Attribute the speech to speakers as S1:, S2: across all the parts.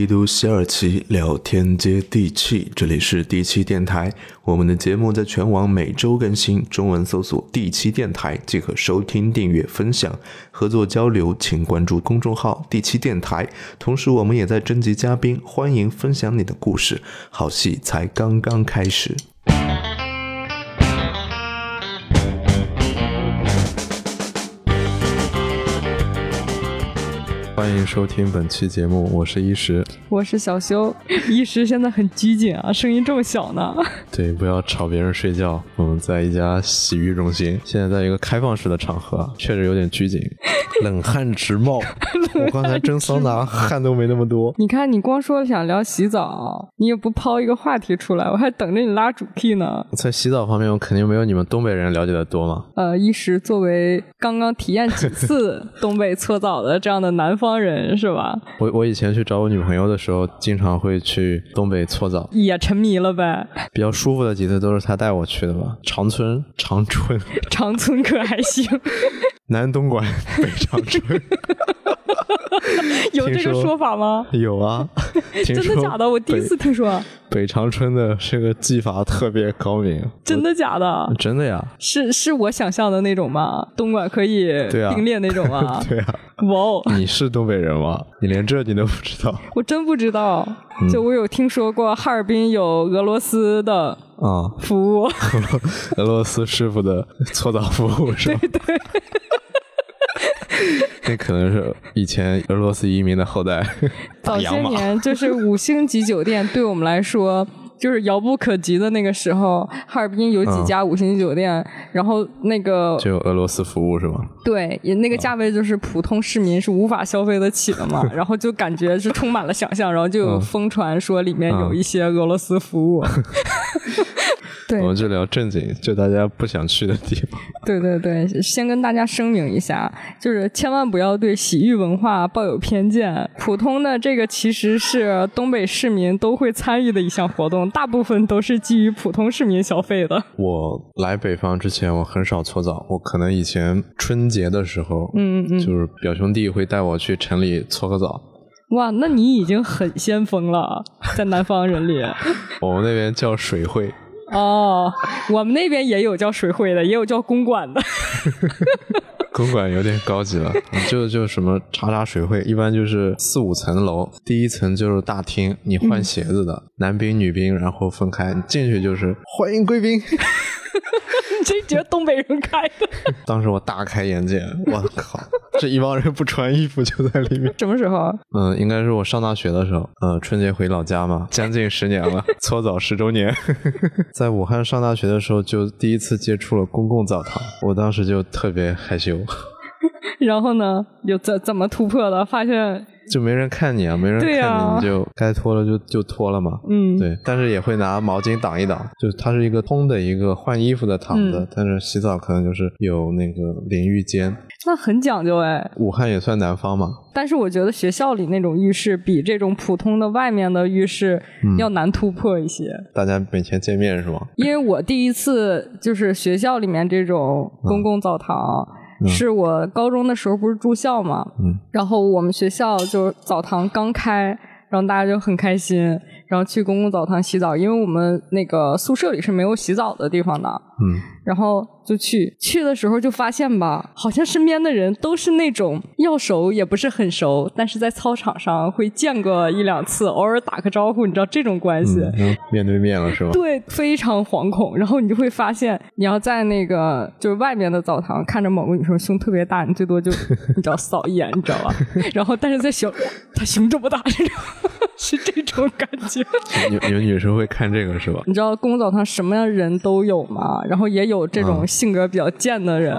S1: 一都西二旗聊天接地气，这里是第七电台。我们的节目在全网每周更新，中文搜索“第七电台”即可收听、订阅、分享。合作交流，请关注公众号“第七电台”。同时，我们也在征集嘉宾，欢迎分享你的故事。好戏才刚刚开始。欢迎收听本期节目，我是一石。
S2: 我是小修，一时现在很拘谨啊，声音这么小呢。
S1: 对，不要吵别人睡觉。我们在一家洗浴中心，现在在一个开放式的场合啊，确实有点拘 谨，冷汗直冒。我刚才蒸桑拿，汗都没那么多。
S2: 你看，你光说想聊洗澡，你也不抛一个话题出来，我还等着你拉主 key 呢。
S1: 在洗澡方面，我肯定没有你们东北人了解的多嘛。
S2: 呃，一时作为刚刚体验几 次东北搓澡的这样的南方人，是吧？
S1: 我我以前去找我女朋友的时候，经常会去东北搓澡，
S2: 也沉迷了呗。
S1: 比较舒服的几次都是她带我去的吧。长春、长春、
S2: 长春可还行，
S1: 南东莞、北长春，
S2: 有这
S1: 听
S2: 个
S1: 说
S2: 说法吗？
S1: 有 啊。真
S2: 真的假的？我第一次听说，
S1: 北长春的这个技法特别高明，
S2: 真的假的？
S1: 真的呀？
S2: 是是我想象的那种吗？东莞可以
S1: 对啊
S2: 并列那种吗？
S1: 对啊，
S2: 哇哦！
S1: 你是东北人吗？你连这你都不知道嗯
S2: 我真不知道，就我有听说过哈尔滨有俄罗斯的
S1: 啊、
S2: 服务，
S1: 俄罗斯师傅的搓澡服务是吧？对对 那可能是以前俄罗斯移民的后代，
S2: 早
S1: 洋
S2: 些
S1: 马
S2: 年就是五星级酒店对我们来说。就是遥不可及的那个时候，哈尔滨有
S1: 嗯
S2: 几家五星级酒店，然后那个
S1: 就有俄罗斯服务是吗？
S2: 对，也那个价位就是普通市民是无法消费得起的嘛，然后就感觉是充满了想象，然后就有疯传说里面有一些俄罗斯服务， 对
S1: 我们就聊正经，就大家不想去的地方。
S2: 对对对，先跟大家声明一下，就是千万不要对洗浴文化抱有偏见。普通的这个其实是东北市民都会参与的一项活动，大部分都是基于普通市民消费的。
S1: 我来北方之前，我很少搓澡，我可能以前春节的时候，
S2: 嗯嗯
S1: 就是表兄弟会带我去城里搓个澡，
S2: 哇，那你已经很先锋了，在南方人里。
S1: 我们那边叫水会，
S2: 哦，我们那边也有叫水会的，也有叫公馆的。
S1: 公馆有点高级了， 就就什么叉叉水会，一般就是四五层楼，第一层就是大厅，你换鞋子的，
S2: 嗯
S1: 男宾女宾，然后分开，你进去就是欢迎贵宾。
S2: 你这觉得东北人开的？
S1: 当时我大开眼界，我靠，这一帮人不穿衣服就在里面。
S2: 什么时候？啊
S1: 嗯，应该是我上大学的时候，嗯，春节回老家嘛，将近十年了， 搓澡十周年。 在武汉上大学的时候，就第一次接触了公共澡堂，我当时就特别害羞，
S2: 然后呢？有怎怎么突破的？发现，
S1: 就没人看你啊，没人看
S2: 对
S1: 你，
S2: 啊
S1: 你就该脱了就就脱了嘛。
S2: 嗯，
S1: 对，但是也会拿毛巾挡一挡，就是它是一个通的一个换衣服
S2: 嗯
S1: 的躺子，但是洗澡可能就是有那个淋浴间。
S2: 那很讲究哎。
S1: 武汉也算南方嘛，
S2: 但是我觉得学校里那种浴室比这种普通的外面的浴室
S1: 嗯
S2: 要难突破 一些，
S1: 大家每天见面是吗？
S2: 因为我第一次就是学校里面这种
S1: 嗯
S2: 公共澡堂。是我高中的时候不是住校嘛，
S1: 嗯
S2: 然后我们学校就是澡堂刚开，然后大家就很开心，然后去公共澡堂洗澡，因为我们那个宿舍里是没有洗澡的地方的，
S1: 嗯，
S2: 然后就去。去的时候就发现吧，好像身边的人都是那种要熟也不是很熟，但是在操场上会见过一两次，偶尔打个招呼，你知道这种关系。
S1: 嗯然后面对面了是吗？
S2: 对，非常惶恐。然后你就会发现，你要在那个就是外面的澡堂看着某个女生胸特别大，你最多就你知道扫一眼，你知道吧？ 然后但是在想，哇她胸这么大，你知道吗 是这种感觉。
S1: 有有女生会看这个是吧？
S2: 你知道公共澡堂什么样的人都有嘛，然后也有这种性格比较贱的人，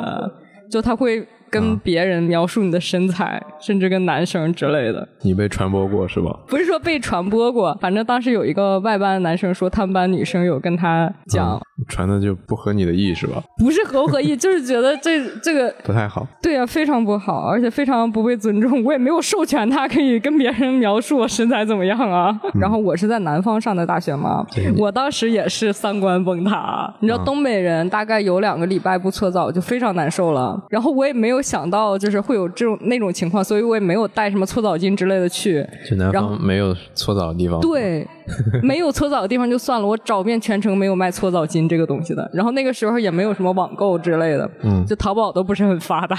S2: 就他会跟别人描述你的身材，甚至跟男生之类的。
S1: 你被传播过是吧？
S2: 不是说被传播过，反正当时有一个外班的男生说，他们班女生有跟他讲，
S1: 传的就不合你的意是吧？
S2: 不是合不合意，就是觉得这这个
S1: 不太好。
S2: 对呀、非常不好，而且非常不被尊重。我也没有授权他可以跟别人描述我身材怎么样啊。然后我是在南方上的大学嘛，我当时也是三观崩塌。你知道东北人大概有两个礼拜不搓澡就非常难受了，然后我也没有有想到就是会有这种那种情况，所以我也没有带什么搓澡巾之类的去。
S3: 就南
S2: 然后
S3: 方没有搓澡的地方，，
S2: 对，没有搓澡的地方就算了，我找遍全城没有卖搓澡巾这个东西的。然后那个时候也没有什么网购之类的，
S3: 嗯
S2: 就淘宝都不是很发达，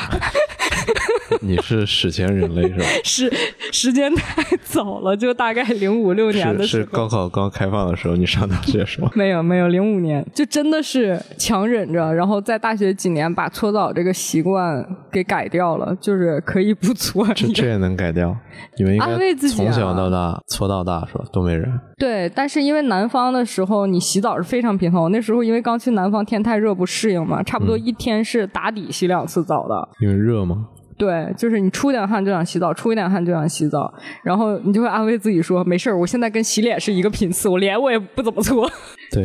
S3: 你是史前人类是吧？
S2: 时 时间太早了，就大概零五六年的
S3: 是
S2: 时
S3: 是
S2: 候。
S3: 高考刚开放的时候，你上大学是吗？
S2: 没有没有，零五年就真的是强忍着，然后在大学几年把搓澡这个习惯给改掉了，就是可以不搓。
S3: 这这也能改掉？你们应
S2: 安慰
S3: 该
S2: 自己啊
S3: 从小到大搓到大是吧？东北人，
S2: 对，但是因为南方的时候，你洗澡是非常频繁。我那时候因为刚去南方，天太热不适应嘛，差不多
S3: 嗯
S2: 一天是打底洗两次澡的。
S3: 因为热嘛，
S2: 对，就是你出一点汗就想洗澡，出一点汗就想洗澡，然后你就会安慰自己说没事儿，我现在跟洗脸是一个频次，我脸我也不怎么搓
S3: 对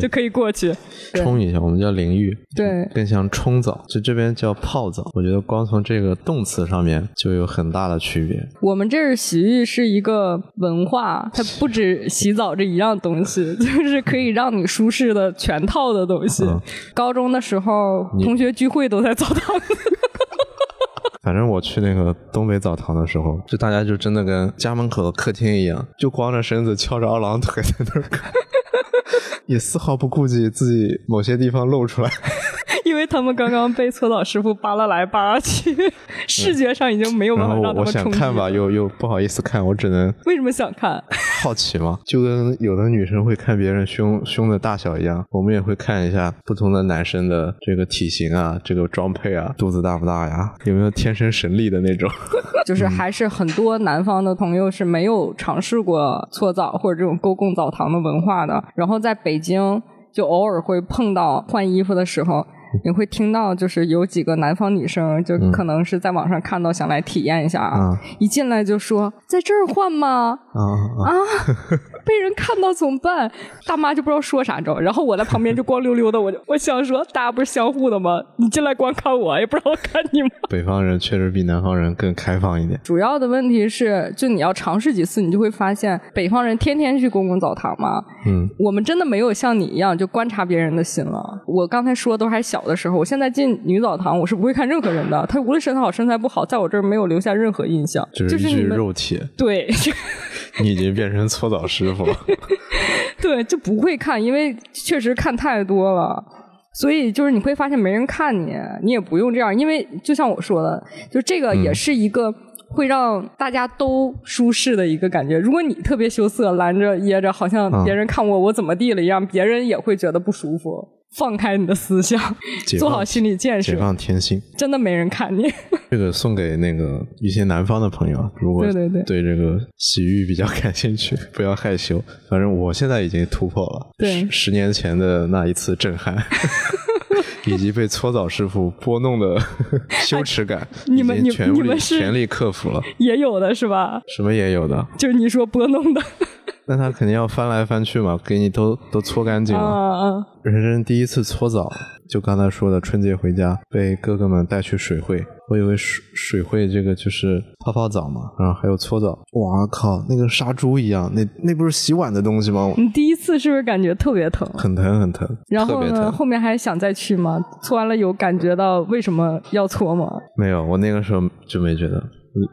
S2: 就可以过去。对
S3: 冲一下，我们叫淋浴，
S2: 对
S3: 更像冲澡，就这边叫泡澡。我觉得光从这个动词上面就有很大的区别。
S2: 我们这儿洗浴是一个文化，它不止洗澡这一样东 西，就是可以让你舒适的全套的东西。
S3: 嗯
S2: 高中的时候，同学聚会都在澡堂子。
S3: 反正我去那个东北澡堂的时候，就大家就真的跟家门口的客厅一样，就光着身子翘着二郎腿在那儿看， 也丝毫不顾及自己某些地方露出来。
S2: 因为他们刚刚被搓澡师傅扒拉来扒拉去， 视觉上已经没有办
S3: 嗯然
S2: 法
S3: 后
S2: 让他
S3: 我
S2: 们
S3: 想
S2: 冲击
S3: 看吧，
S2: 了。
S3: 又又不好意思看，我只能
S2: 为什么想看？
S3: 好奇嘛，就跟有的女生会看别人胸胸的大小一样，我们也会看一下不同的男生的这个体型啊，这个装配啊，肚子大不大呀，有没有天生神力的那种。
S2: 就是还是很多南方的朋友是没有尝试过搓澡或者这种公共澡堂的文化的。然后在北京，就偶尔会碰到换衣服的时候，你会听到就是有几个南方女生，就可能是在网上看到想来体验一下啊，
S3: 啊
S2: 一进来就说在这儿换吗？
S3: 啊
S2: 啊，
S3: 啊！
S2: 被人看到怎么办？大妈就不知道说啥着，然后我在旁边就光溜溜的，我就我想说，大家不是相互的吗？你进来光看我，也不让我看你吗？
S3: 北方人确实比南方人更开放一点。
S2: 主要的问题是，就你要尝试几次，你就会发现，北方人天天去公共澡堂嘛，
S3: 嗯，
S2: 我们真的没有像你一样就观察别人的心了。我刚才说都还小的时候，我现在进女澡堂，我是不会看任何人的，她无论身材好身材不好，在我这儿没有留下任何印象，
S3: 就
S2: 就是
S3: 一
S2: 你
S3: 具
S2: 们
S3: 肉体，
S2: 对。
S3: 你已经变成搓澡 师傅了。
S2: 对，就不会看，因为确实看太多了。所以就是你会发现没人看你，你也不用这样，因为就像我说的，就这
S3: 嗯
S2: 个也是一个会让大家都舒适的一个感觉。如果你特别羞涩、拦着掖着，好像
S3: 嗯
S2: 别人看我、我怎么地了一样，别人也会觉得不舒服。放开你的思想，
S3: 解
S2: 做
S3: 放
S2: 好心理建
S3: 解
S2: 设，
S3: 放天性，
S2: 真的没人看你。
S3: 这个送给那个一些南方的朋友啊，如果
S2: 对对对
S3: 这个洗浴比较 感兴趣，不要害羞。反正我现在已经突破了，
S2: 对
S3: 十十年前的那一次 震撼，以及被搓澡师傅拨弄的 羞耻感，
S2: 哎你们
S3: 已经全
S2: 你
S3: 力
S2: 们是
S3: 全力克服了，
S2: 也有的是吧？
S3: 什么也有的。
S2: 就是你说拨弄的，
S3: 那他肯定要翻来翻去嘛，给你都都搓干净
S2: 啊
S3: 了。
S2: 啊，
S3: 人生第一次搓澡，就刚才说的春节回家被哥哥们带去水会，我以为水水会这个就是泡泡澡嘛，然后还有搓澡。哇靠，那个杀猪一样，那那不是洗碗的东西吗？
S2: 你第一次是不是感觉特别疼？
S3: 很疼很疼，
S2: 然后
S3: 特别
S2: 呢，
S3: 疼。
S2: 后面还想再去吗？搓完了有感觉到为什么要搓吗？
S3: 没有，我那个时候就没觉得，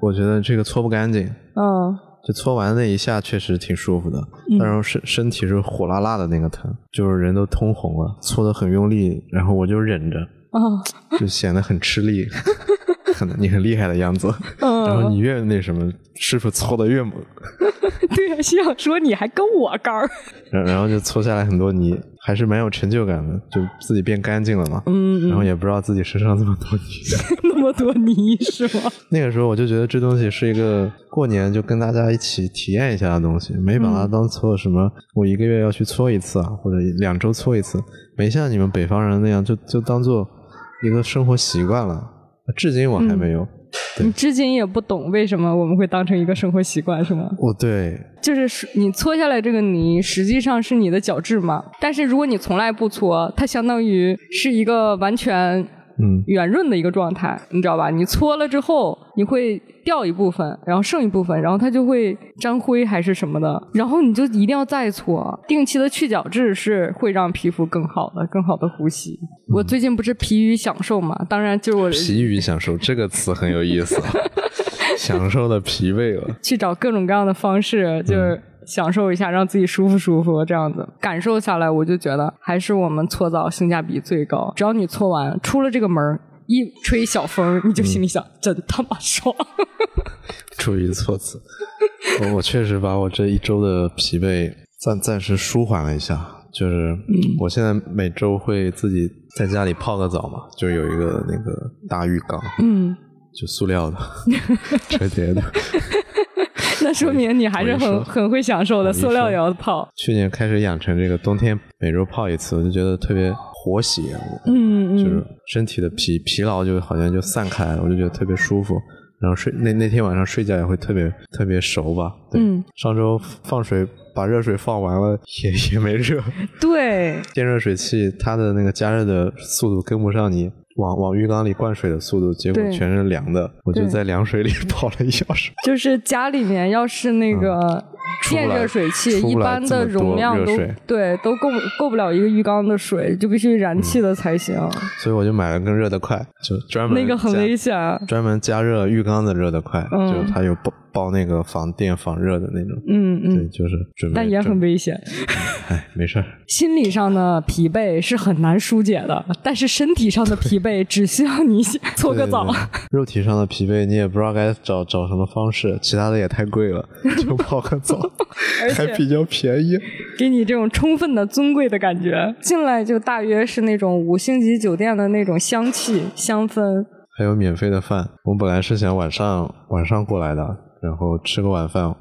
S3: 我我觉得这个搓不干净，
S2: 嗯，
S3: 就搓完那一下确实挺舒服的，但是身身体是火辣辣的那个疼，就是人都通红了，搓的很用力，然后我就忍着，
S2: 啊，
S3: 就显得很 吃力，很你很厉害的样子。
S2: 嗯
S3: 然后你越那什么，师傅搓的越猛，
S2: 对呀，心想说你还跟我杆儿，
S3: 然然后就搓下来很多泥，还是蛮有成就感的，就自己变干净了嘛。
S2: 嗯，
S3: 然后也不知道自己身上这么多泥。
S2: 那么多泥是吗？
S3: 那个时候我就觉得这东西是一个过年就跟大家一起体验一下的东西，没把
S2: 嗯
S3: 它当做什么我一个月要去搓一次啊，或者两周搓一次，没像你们北方人那样就就当做一个生活习惯了。至今我
S2: 嗯
S3: 还没有，对
S2: 你至今也不懂为什么我们会当成一个生活习惯是吗？
S3: 哦对，
S2: 就是是你搓下来这个泥，实际上是你的角质嘛。但是如果你从来不搓，它相当于是一个完全
S3: 嗯。
S2: 圆润的一个状态，你知道吧？你搓了之后，你会掉一部分，然后剩一部分，然后它就会沾灰还是什么的，然后你就一定要再搓。定期的去角质是会让皮肤更好的，更好的呼吸。我最近不是疲于享受嘛，当然就是我
S3: 疲于享受这个词很有意思啊，享受了疲惫了。
S2: 去找各种各样的方式，就是享受一下，让自己舒服舒服，这样子感受下来，我就觉得还是我们搓澡性价比最高。只要你搓完，出了这个门儿一吹小风，你就心里想，真他妈爽。
S3: 注意措辞。我我确实把我这一周的疲惫暂暂时舒缓了一下，就是我现在每周会自己在家里泡个澡嘛，就有一个那个大浴缸，
S2: 嗯，
S3: 就塑料的、折叠的。
S2: 那说明你还是
S3: 我一
S2: 很
S3: 说
S2: 很会享受的，
S3: 一
S2: 塑料
S3: 说
S2: 也要泡。
S3: 去年开始养成这个冬天每周泡一次，我就觉得特别活血，
S2: 嗯嗯，
S3: 就是身体的疲疲劳就好像就散开了，我就觉得特别舒服。然后睡那那天晚上睡觉也会特别特别熟吧？对，
S2: 嗯
S3: 上周放水把热水放完了也也没热，
S2: 嗯对，
S3: 电热水器它的那个加热的速度跟不上你往往浴缸里灌水的速度，结果
S2: 对
S3: 全是凉的，我就
S2: 对
S3: 在凉水里 泡了一小时。
S2: 就是家里面要是那个
S3: 嗯出不
S2: 电
S3: 来
S2: 热水器，
S3: 出
S2: 一
S3: 不来
S2: 般
S3: 这
S2: 的
S3: 么
S2: 容
S3: 多
S2: 量
S3: 热
S2: 都
S3: 水
S2: 对都够够不了一个浴缸的水，就必须燃气的才行，
S3: 所以我就买了更热得快，就专门
S2: 那个很
S3: 嗯加
S2: 危险。啊
S3: 专门加热浴缸的热得快，
S2: 嗯
S3: 就它有包包那个防电防热的那种。
S2: 嗯
S3: 对，
S2: 嗯，
S3: 就是准备，
S2: 但也很
S3: 准
S2: 危险。
S3: 哎，没事儿，
S2: 心理上的疲惫是很难疏解的，但是身体上的疲惫只需要你先搓个
S3: 对
S2: 澡。
S3: 对对肉体上的疲惫你也不知道该找找什么方式，其他的也太 贵了，就泡个澡
S2: 而且
S3: 还比较便宜。
S2: 给你这种充分的尊贵的感觉。进来就大约是那种五星级酒店的那种香气、香氛。
S3: 还有免费的饭。我们本来是想晚上晚上过来的，然后吃个晚饭，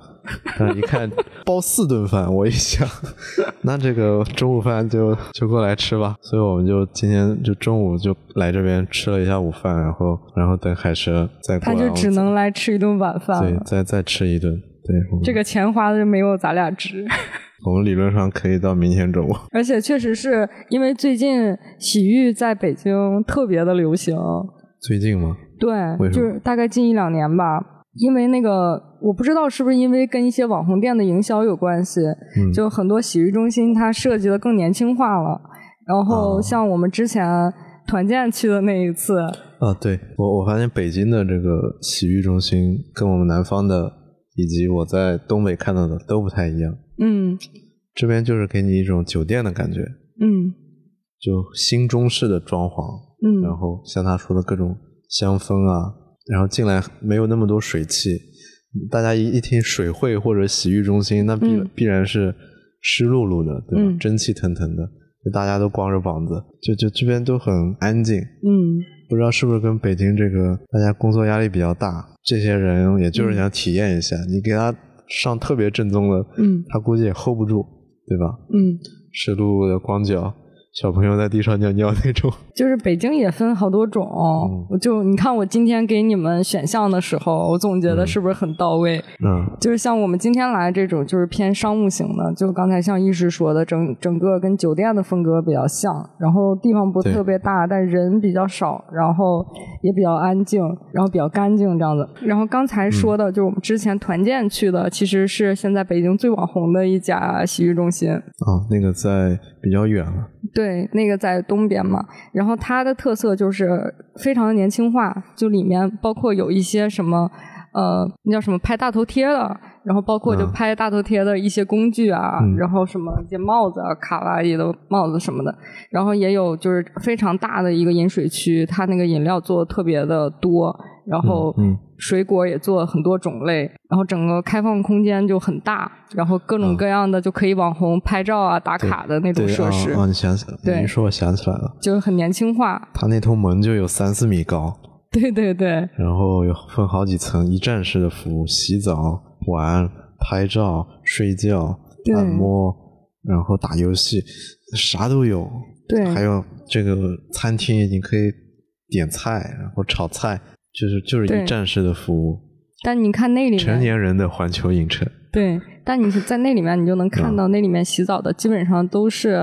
S3: 但是一看包四顿饭，我一想， 那这个中午饭就就过来吃吧。所以我们就今天就中午就来这边吃了一下午饭，然后然后等海蛇再过
S2: 他
S3: 来，
S2: 就只能来吃一顿晚
S3: 我
S2: 饭
S3: 们
S2: 了
S3: 对。再再吃一顿。对，我们
S2: 这个钱花的就没有咱俩值，
S3: 我们理论上可以到明天中午。
S2: 而且确实是因为最近洗浴在北京特别的流行，
S3: 最近吗？
S2: 对，
S3: 为什
S2: 就
S3: 么
S2: 是大概近一两年吧。因为那个我不知道是不是因为跟一些网红店的营销有关系，
S3: 嗯
S2: 就很多洗浴中心它设计的更年轻化了。然后
S3: 哦
S2: 像我们之前团建去的那一次，
S3: 啊，对我我发现北京的这个洗浴中心跟我们南方的以及我在东北看到的都不太一样。
S2: 嗯
S3: 这边就是给你一种酒店的感觉，
S2: 嗯
S3: 就新中式的装潢，然
S2: 嗯
S3: 后像他说的各种香氛啊，然后进来没有那么多水汽，大家一一听水会或者洗浴中心，那必、
S2: 嗯
S3: 必然是湿漉漉的，对吧？
S2: 嗯
S3: 蒸汽腾腾的，就大家都光着膀子，就就这边都很安静。
S2: 嗯，
S3: 不知道是不是跟北京这个大家工作压力比较大，这些人也
S2: 嗯
S3: 就是想体验一下，你给他上特别正宗的，
S2: 嗯
S3: 他估计也 hold 不住，对吧？
S2: 嗯，
S3: 湿漉漉的光脚，小朋友在地上尿尿 那种。
S2: 就是北京也分好多种，
S3: 哦
S2: 我就你看我今天给你们选项的时候，我总觉得是不是很到位？
S3: 嗯
S2: 就是像我们今天来这种，就是偏商务型的，就刚才像医师说的，整整个跟酒店的风格比较像，然后地方不
S3: 对
S2: 特别大，但人比较少，然后也比较安静，然后比较干净这样子。然后刚才说的，就是我们之前团建去的，其实是现在北京最网红的一家洗浴中心。
S3: 啊，那个在比较远了。
S2: 对，那个在东边嘛，然后它的特色就是非常的年轻化，就里面包括有一些什么，呃，那叫什么拍大头贴的，然后包括就
S3: 嗯
S2: 拍大头贴的一些工具啊，
S3: 嗯
S2: 然后什么一些帽子啊、卡哇伊的帽子什么的，然后也有就是非常大的一个饮水区，它那个饮料做的特别的多，然后
S3: 嗯嗯
S2: 水果也做了很多种类，然后整个开放空间就很大，然后各种
S3: 嗯
S2: 各样的就可以网红拍照啊、打
S3: 对
S2: 卡的那种
S3: 对
S2: 设施。
S3: 啊，啊你想起来，
S2: 对
S3: 你一说我想起来了，
S2: 就是很年轻化。
S3: 它那头门就有三四米高，
S2: 对对对，
S3: 然后有分好几层，一站式的服务，洗澡、玩、拍照、睡觉、
S2: 对
S3: 按摩，然后打游戏，啥都有。
S2: 对
S3: 还有这个餐厅，你可以点菜，然后炒菜，就是就是
S2: 对
S3: 一站式的服务。
S2: 但你看那里面，
S3: 成年人的环球影城，嗯
S2: 对，但你是在那里面，你就能看到那里面洗澡的基本上都是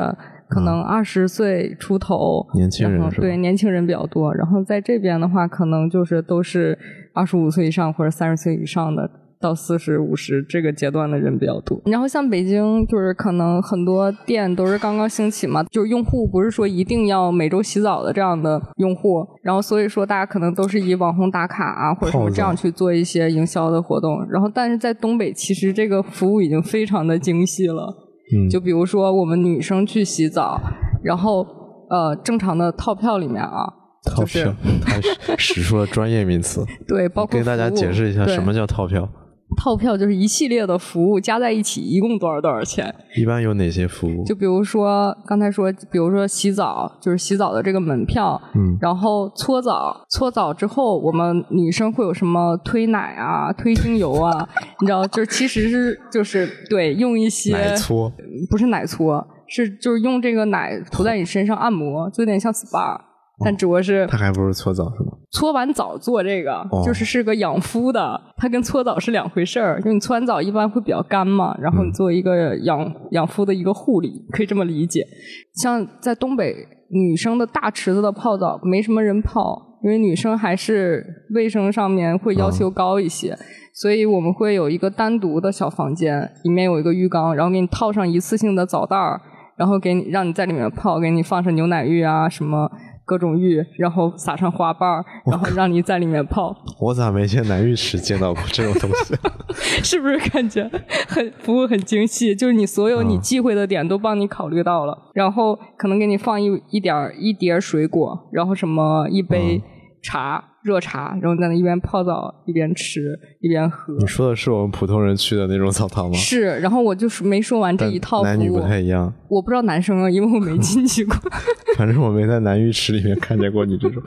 S2: 可能二十岁出头，
S3: 年轻人
S2: 然后
S3: 是吧
S2: 对年轻人比较多。然后在这边的话，可能就是都是二十五岁以上或者三十岁以上的。到四十五十这个阶段的人比较多，然后像北京就是可能很多店都是刚刚兴起嘛，就是用户不是说一定要每周洗澡的这样的用户，然后所以说大家可能都是以网红打卡啊或者什
S3: 泡
S2: 么
S3: 澡
S2: 这样去做一些营销的活动，然后但是在东北其实这个服务已经非常的精细了，
S3: 嗯，
S2: 就比如说我们女生去洗澡，然后呃正常的套票里面啊，
S3: 套
S2: 就是
S3: 票，他使使出了专业名词，
S2: 对， 包括
S3: 跟大家
S2: 服务
S3: 解释一下
S2: 对
S3: 什么叫套票，
S2: 套票，就是一系列的服务加在一起一共多少多少钱？
S3: 一般有哪些服务？
S2: 就比如说刚才说，比如说洗澡，就是洗澡的这个门票，
S3: 嗯
S2: 然后搓澡，搓澡之后，我们女生会有什么推奶啊、推精油啊，你知道，就是其实是就是对用一些
S3: 奶搓，
S2: 不是奶搓，是就是用这个奶涂在你身上按摩，就有点像 SPA，但只不过是
S3: 他还不是搓澡是吗？
S2: 搓完澡做这个，
S3: 哦
S2: 就是是个养肤的，它跟搓澡是两回事儿。就你搓完澡一般会比较干嘛，然后你做一个养、养肤的一个护理，可以这么理解。像在东北，女生的大池子的泡澡没什么人泡，因为女生还是卫生上面会要求高一些。所以我们会有一个单独的小房间，里面有一个浴缸，然后给你套上一次性的澡袋儿，然后给你让你在里面泡，给你放上牛奶浴啊什么各种浴，然后撒上花瓣儿，然后让你在里面 泡，
S3: 我咋没见男浴池见到过这种东 西？
S2: 是不是感觉很服务很精细？就是你所有你
S3: 嗯
S2: 忌讳的点都帮你考虑到了，然后可能给你放一一点儿一碟儿水果，然后什么一杯茶。热茶，然后在那一边泡澡，一边吃，一边喝。
S3: 你说的是我们普通人去的那种澡堂吗？
S2: 是，然后我就是没说完这
S3: 但
S2: 一套服务，
S3: 男女不太一样，
S2: 我不知道男生啊，因为我没进去过。
S3: 反正我没在男浴池里面看见过你 这种，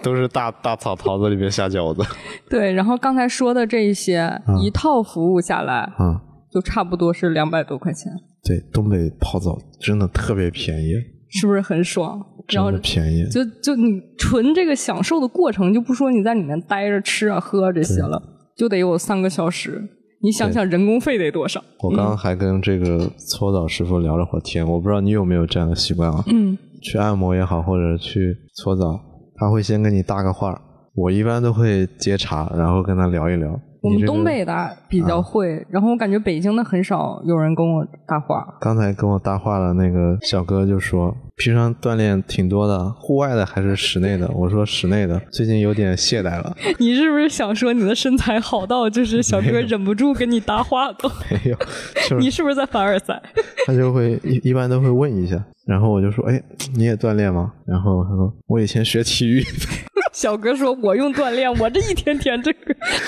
S3: 都是大大澡堂子里面下饺子。
S2: 对，然后刚才说的这一些、一套服务下来，
S3: 嗯，
S2: 就差不多是两百多块钱，
S3: 对，东北泡澡真的特别便宜，
S2: 是不是很爽？然
S3: 真
S2: 后
S3: 的便宜。
S2: 就就你纯这个享受的过程，就不说你在里面待着吃啊喝啊这些了，就得有三个小时。你想想人工费得多少？
S3: 我刚刚还跟这个搓澡师傅聊了会儿天，我不知道你有没有这样的习惯啊？
S2: 嗯，
S3: 去按摩也好，或者去搓澡，他会先跟你搭个话儿。我一般都会接茬，然后跟他聊一聊。
S2: 我
S3: 你
S2: 们
S3: 这个
S2: 东北的比较会，
S3: 啊
S2: 然后我感觉北京的很少有人跟我搭 话。
S3: 刚才跟我搭话的那个小哥就说，平常锻炼挺多的，户外的还是室内的？我说室内的，最近有点懈怠了。
S2: 你是不是想说你的身材好到就是小哥忍不住跟你搭话 都？
S3: 没有，哎就
S2: 你
S3: 是
S2: 是不是在凡尔赛？
S3: 他就会一一般都会问一下，然后我就说，哎，你也锻炼吗？然后他说，我以前学体育的。
S2: 小哥说：“我用锻炼，我这一天天这个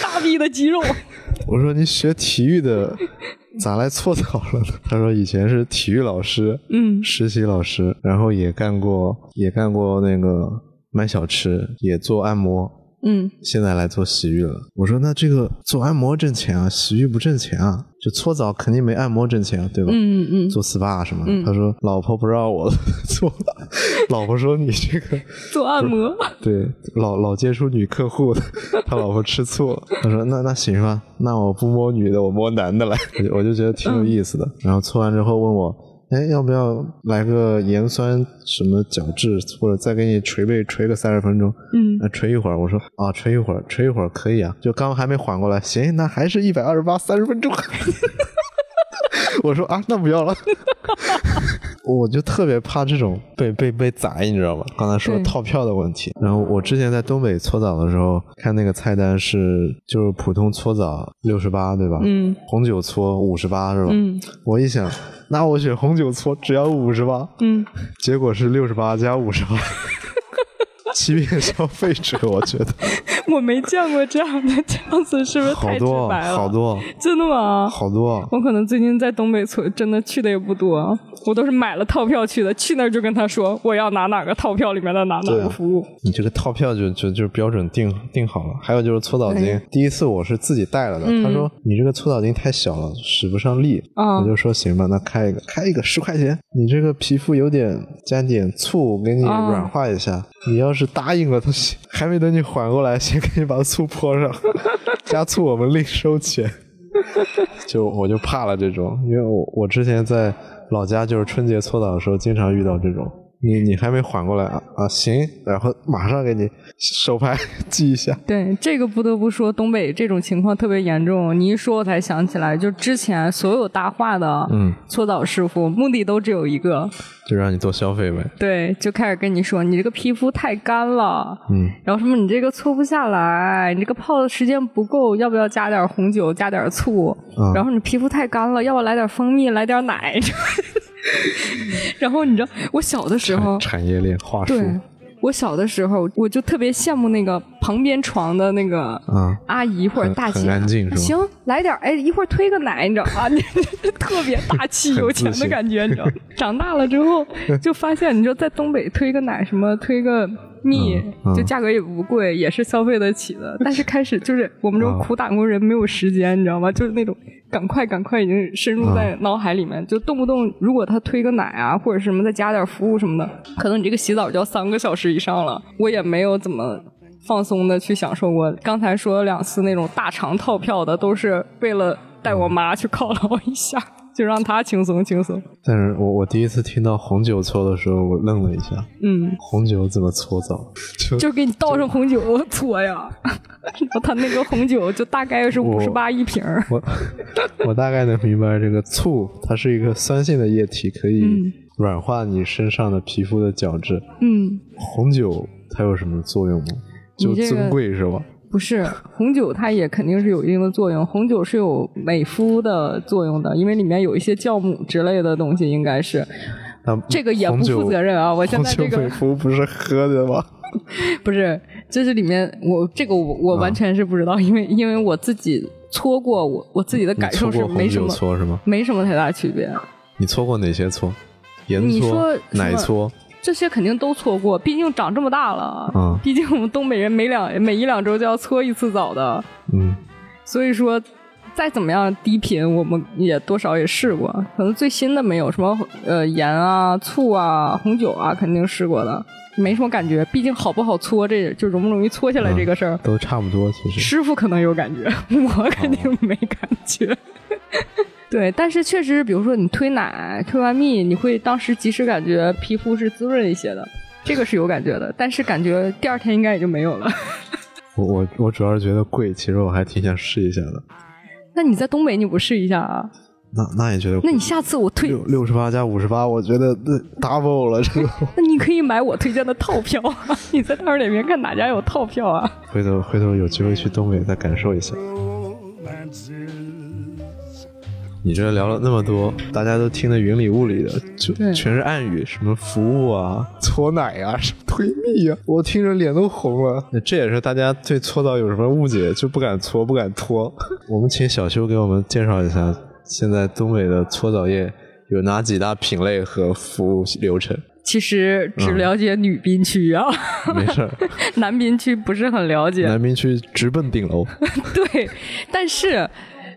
S2: 大臂的肌肉，
S3: 我说你学体育的咋来搓澡了呢？ 他说以前是体育老师，
S2: 嗯
S3: 实习老师，然后也干过也干过那个卖小吃，也做按摩，
S2: 嗯，
S3: 现在来做洗浴了。我说那这个做按摩挣钱啊，洗浴不挣钱啊，就搓澡肯定没按摩挣钱啊，对吧？
S2: 嗯嗯
S3: 做 SPA 什么的，
S2: 嗯
S3: 他说老婆不让我做了，老婆说你这个
S2: 做按摩，
S3: 对，老老接触女客户的，他老婆吃醋了。他说：“那那行吧，那我不摸女的，我摸男的来。” 我就我就觉得挺有意思的。然后搓完之后问我：“哎，要不要来个盐酸什么角质，或者再给你捶背捶个三十分钟？”
S2: 嗯，
S3: 那捶一会儿，我说啊，捶一会儿，捶一会儿可以啊，就刚还没缓过来，行，那还是一百二十八，三十分钟。我说啊，那不要了。 我就特别怕这种被被被宰，你知道吗？刚才说
S2: 对
S3: 套票的问题。然后我之前在东北搓澡的时候，看那个菜单是就是普通搓澡六十八，对吧？
S2: 嗯，
S3: 红酒搓五十八是吧？
S2: 嗯，
S3: 我一想，那我选红酒搓只要五十八，
S2: 嗯，
S3: 结果是六十八加五十八， 欺骗消费者，我觉得
S2: 我没见过这样的，这样子是不是
S3: 好
S2: 太直
S3: 多啊
S2: 白了？
S3: 好多
S2: 真的吗？
S3: 好多。
S2: 我可能最近在东北村真的去的也不多，我都是买了套票去的，去那儿就跟他说我要拿哪个套票里面的哪哪
S3: 对
S2: 个
S3: 啊
S2: 服务，
S3: 你这个套票就就就标准定定好了，还有就是搓澡巾，第一次我是自己带了的，他说你这个搓澡巾太小了，使不上力，
S2: 啊
S3: 我就说行吧，那开一个，开一个十块钱，你这个皮肤有点加点醋，给你
S2: 啊
S3: 嗯软化一下，你要是答应了，他 还没等你缓过来，先给你把醋泼上，加醋我们另收钱。 就我就怕了这种，因为我我之前在老家就是春节搓澡的时候，经常遇到这种。你你还没缓过来啊啊行，然后马上给你手牌记一下。
S2: 对，这个不得不说，东北这种情况特别严重。你一说，我才想起来，就之前所有搭话的
S3: 嗯，
S2: 搓澡师傅，目的都只有一个，
S3: 就让你多消费呗。
S2: 对，就开始跟你说你这个皮肤太干了，
S3: 嗯，
S2: 然后什么你这个搓不下来，你这个泡的时间不够，要不要加点红酒，加点醋？
S3: 啊
S2: 然后你皮肤太干了，要不要来点蜂蜜，来点奶？ 然后你知道，我小的时候，
S3: 产业链话术
S2: 对我小的时候，我就特别羡慕那个旁边床的那个
S3: 啊，
S2: 阿姨或者
S3: 很
S2: 大姐，
S3: 很安静是
S2: 行
S3: 吧？，
S2: 来点儿，哎，一会儿推个奶，你知道吗？ 啊你特别 大气有钱的感觉，你知道吗？长大了之后就发现，你说在东北推个奶，什么推个蜜，
S3: 嗯嗯
S2: 就价格也不贵，也是消费得起的。但是开始就是我们这种
S3: 嗯
S2: 苦打工人没有时间，你知道吗？就是那种赶快赶快已经深入在脑海里面，就动不动如果他推个奶啊或者什么再加点服务什么的，可能你这个洗澡就要三个小时以上了。我也没有怎么。放松的去享受过。刚才说了两次那种大肠套票的，都是为了带我妈去犒劳一下，就让她轻松轻松。
S3: 但是我我第一次听到红酒搓的时候，我愣了一下，
S2: 嗯，
S3: 红酒怎么搓澡？ 就
S2: 就给你倒上红酒搓呀，然后他那个红酒就大概是五
S3: 我
S2: 十八一瓶儿。
S3: 我我大概能明白，这个醋它是一个酸性的液体，可
S2: 嗯
S3: 以软化你身上的皮肤的角质。
S2: 嗯，
S3: 红酒它有什么作用吗？就
S2: 你这个
S3: 尊贵是吧？
S2: 不是，红酒它也肯定是有一定的作用，红酒是有美肤的作用的，因为里面有一些酵母之类的东西，应该是
S3: 那
S2: 这个也不
S3: 红酒
S2: 负责任啊我现在这个
S3: 红酒美肤不是喝的吗？
S2: 不是，就是里面我这个我我完全是不知
S3: 嗯
S2: 道，因为因为我自己搓过，我我自己的感受
S3: 你搓
S2: 是
S3: 过
S2: 没
S3: 红
S2: 什
S3: 酒
S2: 么
S3: 搓是吗？
S2: 没什么太大区别。
S3: 你搓过哪些搓？盐
S2: 你
S3: 搓
S2: 说、
S3: 奶
S2: 什么
S3: 搓，
S2: 这些肯定都搓过，毕竟长这么大了，
S3: 嗯
S2: 毕竟我们东北人每两每一两周就要搓一次澡的，
S3: 嗯，
S2: 所以说再怎么样低频，我们也多少也试过，可能最新的没有什么呃盐啊、醋啊、红酒啊，肯定试过的，没什么感觉。毕竟好不好搓这就容不容易搓下来这个事儿、
S3: 都差不多其实。
S2: 师傅可能有感觉，我肯定没感觉。 对，但是确实，比如说你推奶、推完蜜，你会当时及时感觉皮肤是滋润一些的，这个是有感觉的。但是感觉第二天应该也就没有了。
S3: 我我我主要是觉得贵，其实我还挺想试一下的。
S2: 那你在东北你不试一下啊？
S3: 那那也觉得贵
S2: 那你下次我推，
S3: 六六十八加五十八，我觉得那 double 了，这个
S2: 那你可以买我推荐的套票啊。 你在大众点评看哪家有套票啊？
S3: 回头回头有机会去东北再感受一下。
S4: romances.
S3: 你这聊了那么多，大家都听得云里雾里的，就
S2: 对
S3: 全是暗语，什么服务啊、搓奶啊、什么推蜜啊，我听着脸都红了。那这也是大家对搓澡有什么误解，就不敢搓，不敢脱。 我们请小修给我们介绍一下，现在东北的搓澡业有哪几大品类和服务流程？
S2: 其实只了解女宾区啊，
S3: 没事儿，
S2: 男宾区不是很了解。
S3: 南滨区直奔顶楼。
S2: 对，但是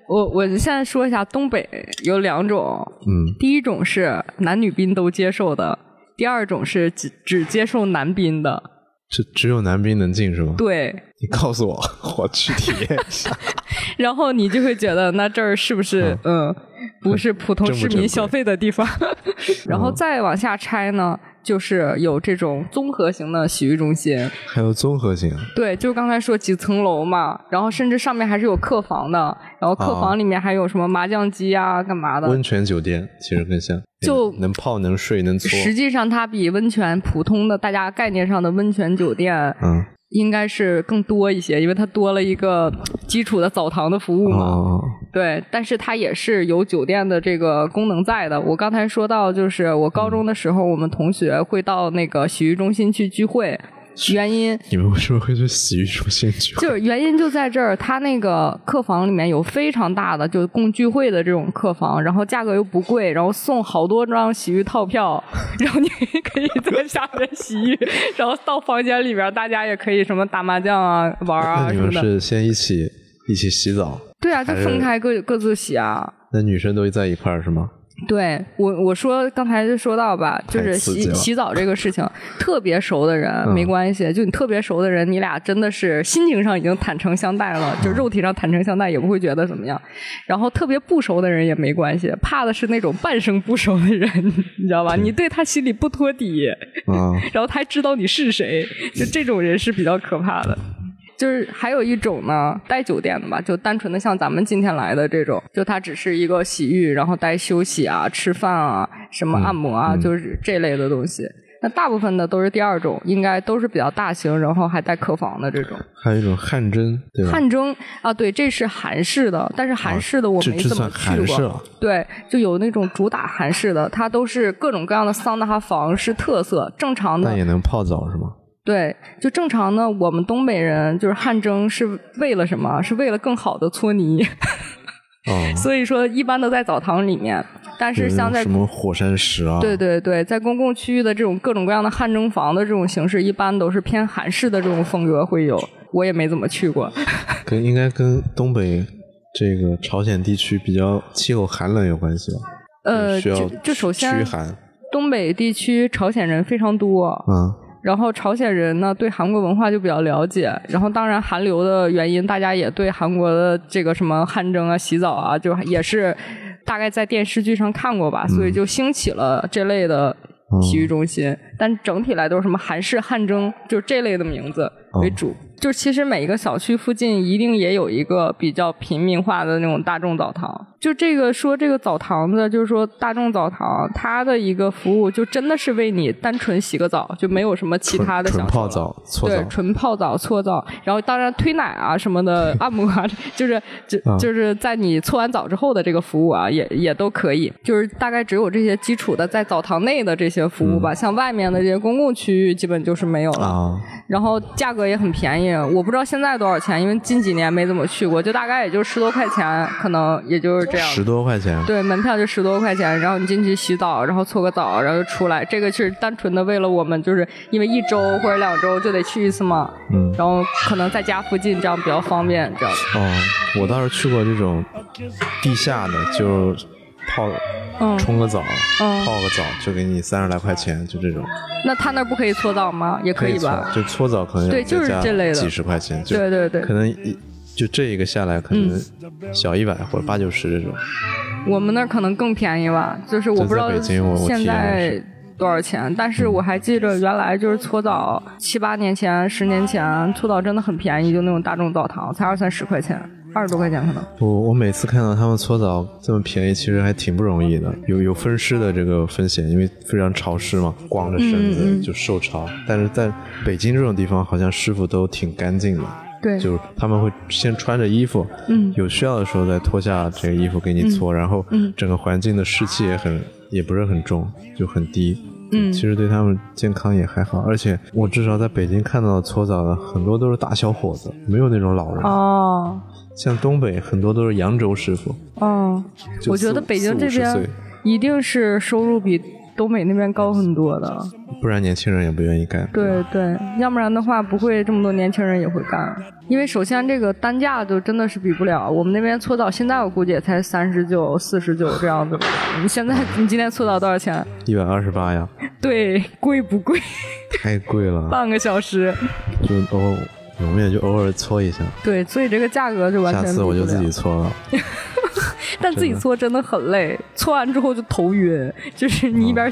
S2: 我我现在说一下，东北有两种，
S3: 嗯，
S2: 第一种是男女宾都接受的，第二种是只只接受男宾的。
S3: 只只有南滨能进是吗？
S2: 对，
S3: 你告诉我，我去体验一下。
S2: 然后你就会觉得那这儿是不是嗯不是普通
S3: 正不
S2: 市
S3: 正规嗯
S2: 民消费的地方？然后再往下拆呢，就是有这种综合型的洗浴中心，
S3: 还有综合性啊，
S2: 对，就是刚才说几层楼嘛，然后甚至上面还是有客房的，然后客
S3: 啊
S2: 房里面还有什么麻将机啊、干嘛的，
S3: 温泉酒店其实更像，哎
S2: 就
S3: 能泡能睡能搓。
S2: 实际上，它比温泉普通的大家概念上的温泉酒店
S3: 嗯，
S2: 应该是更多一些，因为它多了一个基础的澡堂的服务嘛。
S3: 哦，
S2: 对，但是它也是有酒店的这个功能在的。我刚才说到，就是我高中的时候，我们同学会到那个洗浴中心去聚会，原因
S3: 你们为什么会去洗浴中心 去？
S2: 就是原因就在这儿，它那个客房里面有非常大的，就是供聚会的这种客房，然后价格又不贵，然后送好多张洗浴套票， 然后你可以在下面洗浴，然后到房间里边，大家也可以什么打麻将啊、玩
S3: 那
S2: 啊
S3: 你
S2: 什
S3: 们
S2: 么的。
S3: 是先一起一起洗澡，
S2: 对啊，就
S3: 还是
S2: 分开各各自洗啊。
S3: 那女生都在一块儿是吗？
S2: 对我我说刚才就说到吧，就
S3: 太
S2: 是
S3: 刺
S2: 洗
S3: 激了
S2: 洗澡这个事情，特别熟的人
S3: 嗯
S2: 没关系，就你特别熟的人，你俩真的是心情上已经坦诚相待了，
S3: 嗯
S2: 就肉体上坦诚相待也不会觉得怎么样。然后特别不熟的人也没关系，怕的是那种半生不熟的人，你知道吧？你对他心里不托底，
S3: 啊，
S2: 然后他还知道你是谁，就这种人是比较可怕的。就是还有一种呢，待酒店的吧，就单纯的像咱们今天来的这种，就它只是一个洗浴，然后待休息啊、吃饭啊、什么按摩啊，
S3: 嗯
S2: 就是这类的东西。那大部分的都是第二种，应该都是比较大型，然后还带客房的这种。
S3: 还有一种汗蒸，对吧？
S2: 汗蒸啊，对，这是韩式的，但是韩式的我
S3: 这
S2: 没
S3: 这
S2: 怎么
S3: 算
S2: 去
S3: 韩
S2: 过。
S3: 式了，
S2: 对，就有那种主打韩式的，它都是各种各样的桑拿房是特色，正常的
S3: 但也能泡澡是吗？
S2: 对，就正常呢，我们东北人就是汗蒸是为了什么？是为了更好的搓泥，
S3: 哦， 嗯
S2: 所以说一般都在澡堂里面，但
S3: 有
S2: 是
S3: 那
S2: 像
S3: 种
S2: 在
S3: 什么火山石啊，
S2: 对对对，在公共区域的这种各种各样的汗蒸房的这种形式，一般都是偏韩式的这种风格会有，我也没怎么去过。
S3: 跟应该跟东北这个朝鲜地区比较气候寒冷有关系吧？
S2: 呃，
S3: 需要
S2: 就就首
S3: 驱
S2: 先
S3: 寒啊
S2: 东北地区朝鲜人非常多，，
S3: 嗯
S2: 然后朝鲜人呢对韩国文化就比较了解，然后当然韩流的原因，大家也对韩国的这个什么汗蒸啊、洗澡啊，就也是大概在电视剧上看过吧，所以就兴起了这类的体育中心。但整体来都是什么韩式汗蒸，就是这类的名字为主。就是其实每一个小区附近一定也有一个比较平民化的那种大众澡堂。就这个说这个澡堂子，就是说大众澡堂，它的一个服务就真的是为你单纯洗个澡，就没有什么其
S3: 纯
S2: 他的
S3: 啊纯
S2: 享受
S3: 泡
S2: 了
S3: 澡、搓
S2: 对，
S3: 澡，
S2: 纯泡澡、搓澡，然后当然推奶啊什么 的，按摩啊， 就是就
S3: 啊
S2: 就是在你搓完澡之后的这个服务啊，也也都可以。就是大概只有这些基础的在澡堂内的这些服
S3: 嗯
S2: 务吧，像外面的这些公共区域基本就是没有了。
S3: 啊，
S2: 然后价格也很便宜，我不知道现在多少钱，因为近几年没怎么去过，就大概也就十多块钱，可能也就是这样。
S3: 十多块钱，
S2: 对，门票就十多块钱，然后你进去洗澡，然后搓个澡，然后就出来。这个是单纯的为了我们，就是因为一周或者两周就得去一次嘛，
S3: 嗯，
S2: 然后可能在家附近这样比较方便，这样。
S3: 哦，我倒是去过这种地下的，就泡
S2: 嗯
S3: 冲个澡，
S2: 嗯
S3: 泡个澡就给你三十来块钱，就这种
S2: 那他那儿不可以搓澡吗？也可以
S3: 搓
S2: 吧。
S3: 就搓澡可能
S2: 对就是
S3: 再加
S2: 这类的
S3: 几十块钱，就
S2: 对对对
S3: 可，能一就这一个下来可
S2: 嗯
S3: 能小一百或者八九十这种，
S2: 我们那儿可能更便宜吧，就是我不知道
S3: 在北京我我
S2: 现
S3: 体验的
S2: 在
S3: 是
S2: 多少钱，但是我还记着原来就是搓澡，七八年前、十年前搓澡真的很便宜，就那种大众澡堂才二三十块钱，二十多块钱可能。
S3: 我我每次看到他们搓澡这么便宜，其实还挺不容易的，有有风湿的这个风险，因为非常潮湿嘛，光着身
S2: 嗯嗯
S3: 子
S2: 嗯
S3: 就受潮。但是在北京这种地方，好像师傅都挺干净的，
S2: 对，
S3: 就是他们会先穿着衣服，
S2: 嗯
S3: 有需要的时候再脱下这个衣服给你搓，然后
S2: 嗯
S3: 整个环境的湿气也很也不是很重，就很低。
S2: 嗯
S3: 其实对他们健康也还好，而且我至少在北京看到的搓澡的很多都是大小伙子，没有那种老人。
S2: 哦
S3: 像东北很多都是扬州师傅，
S2: 哦，
S3: 就
S2: 我觉
S3: 四
S2: 得
S3: 五
S2: 北京
S3: 四五
S2: 这
S3: 十
S2: 边
S3: 岁
S2: 一定是收入比东北那边高很多的，
S3: 不然年轻人也不愿意干。
S2: 对对，要不然的话不会这么多年轻人也会干。因为首先这个单价就真的是比不了，我们那边搓澡现在我估计也才三十九、四十九这样子吧。你现在你今天搓澡多少钱？
S3: 一百二十八呀，
S2: 对，贵不贵？
S3: 太贵了，
S2: 半个小时。
S3: 就偶永远就偶尔搓一下，
S2: 对，所以这个价格就完
S3: 下
S2: 全比
S3: 次
S2: 不
S3: 我就自己
S2: 了。
S3: 搓了。
S2: 但自己搓真的很累，搓完之后就头晕，就是你一边、
S3: 嗯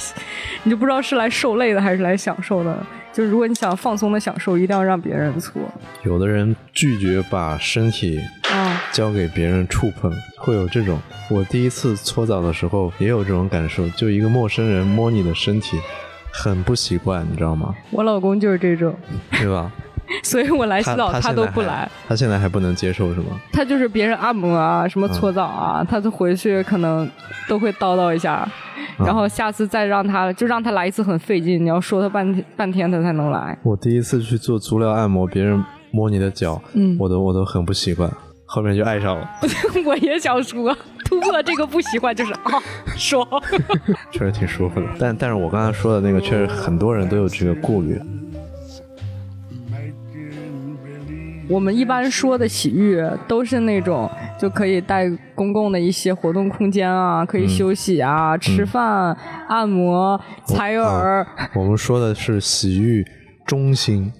S2: 你就不知道是来受累的还是来享受的。就如果你想放松的享受，一定要让别人搓。
S3: 有的人拒绝把身体
S2: 啊，
S3: 交给别人触碰，会有这种。我第一次搓澡的时候也有这种感受，就一个陌生人摸你的身体，很不习惯，你知道吗？
S2: 我老公就是这种，
S3: 对吧？
S2: 所以我来哎洗
S3: 他
S2: 澡
S3: 他
S2: 他
S3: 现
S2: 都
S3: 在
S2: 不
S3: 还
S2: 来。，
S3: 他现在还不能接受是吗？
S2: 他就是别人按摩啊，什么
S3: 嗯
S2: 搓澡啊，他就回去可能都会叨叨一下，
S3: 嗯
S2: 然后下次再让他就让他来一次很费劲，你要说他半天半天他才能来。
S3: 我第一次去做足疗按摩，别人摸你的脚，
S2: 嗯
S3: 我都我都很不习惯，后面就爱上了，
S2: 我也想说，突破这个不习惯就是啊， 爽。
S3: 确实挺舒服的。但但是我刚才说的那个，确实很多人都有这个顾虑。
S2: 我们一般说的洗浴都是那种就可以带公共的一些活动空间啊，可以
S3: 嗯
S2: 休息啊、吃饭、按摩、采耳，
S3: 我们说的是洗浴中心，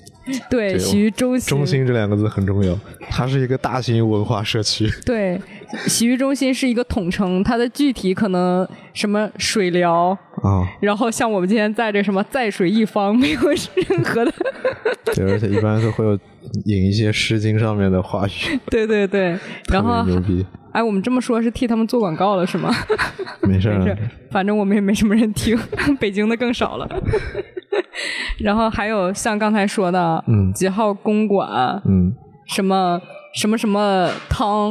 S2: 对，
S3: 对
S2: 洗浴中心，
S3: 中心这两个字很重要，它是一个大型文化社区。
S2: 对，洗浴中心是一个统称，它的具体可能什么水疗，
S3: 啊、
S2: 然后像我们今天在这什么在水一方，没有任何的，
S3: 对，而且一般都会有引一些《诗经》上面的 话语，
S2: 对对对，然后
S3: 特别牛 逼，
S2: 哎，我们这么说是替他们做广告了是吗？
S3: 没事儿
S2: 没事，反正我们也没什么人听， 北京的更少 了。然后还有像刚才说的，
S3: 嗯
S2: 几号公馆，
S3: 嗯
S2: 什么什么什么汤，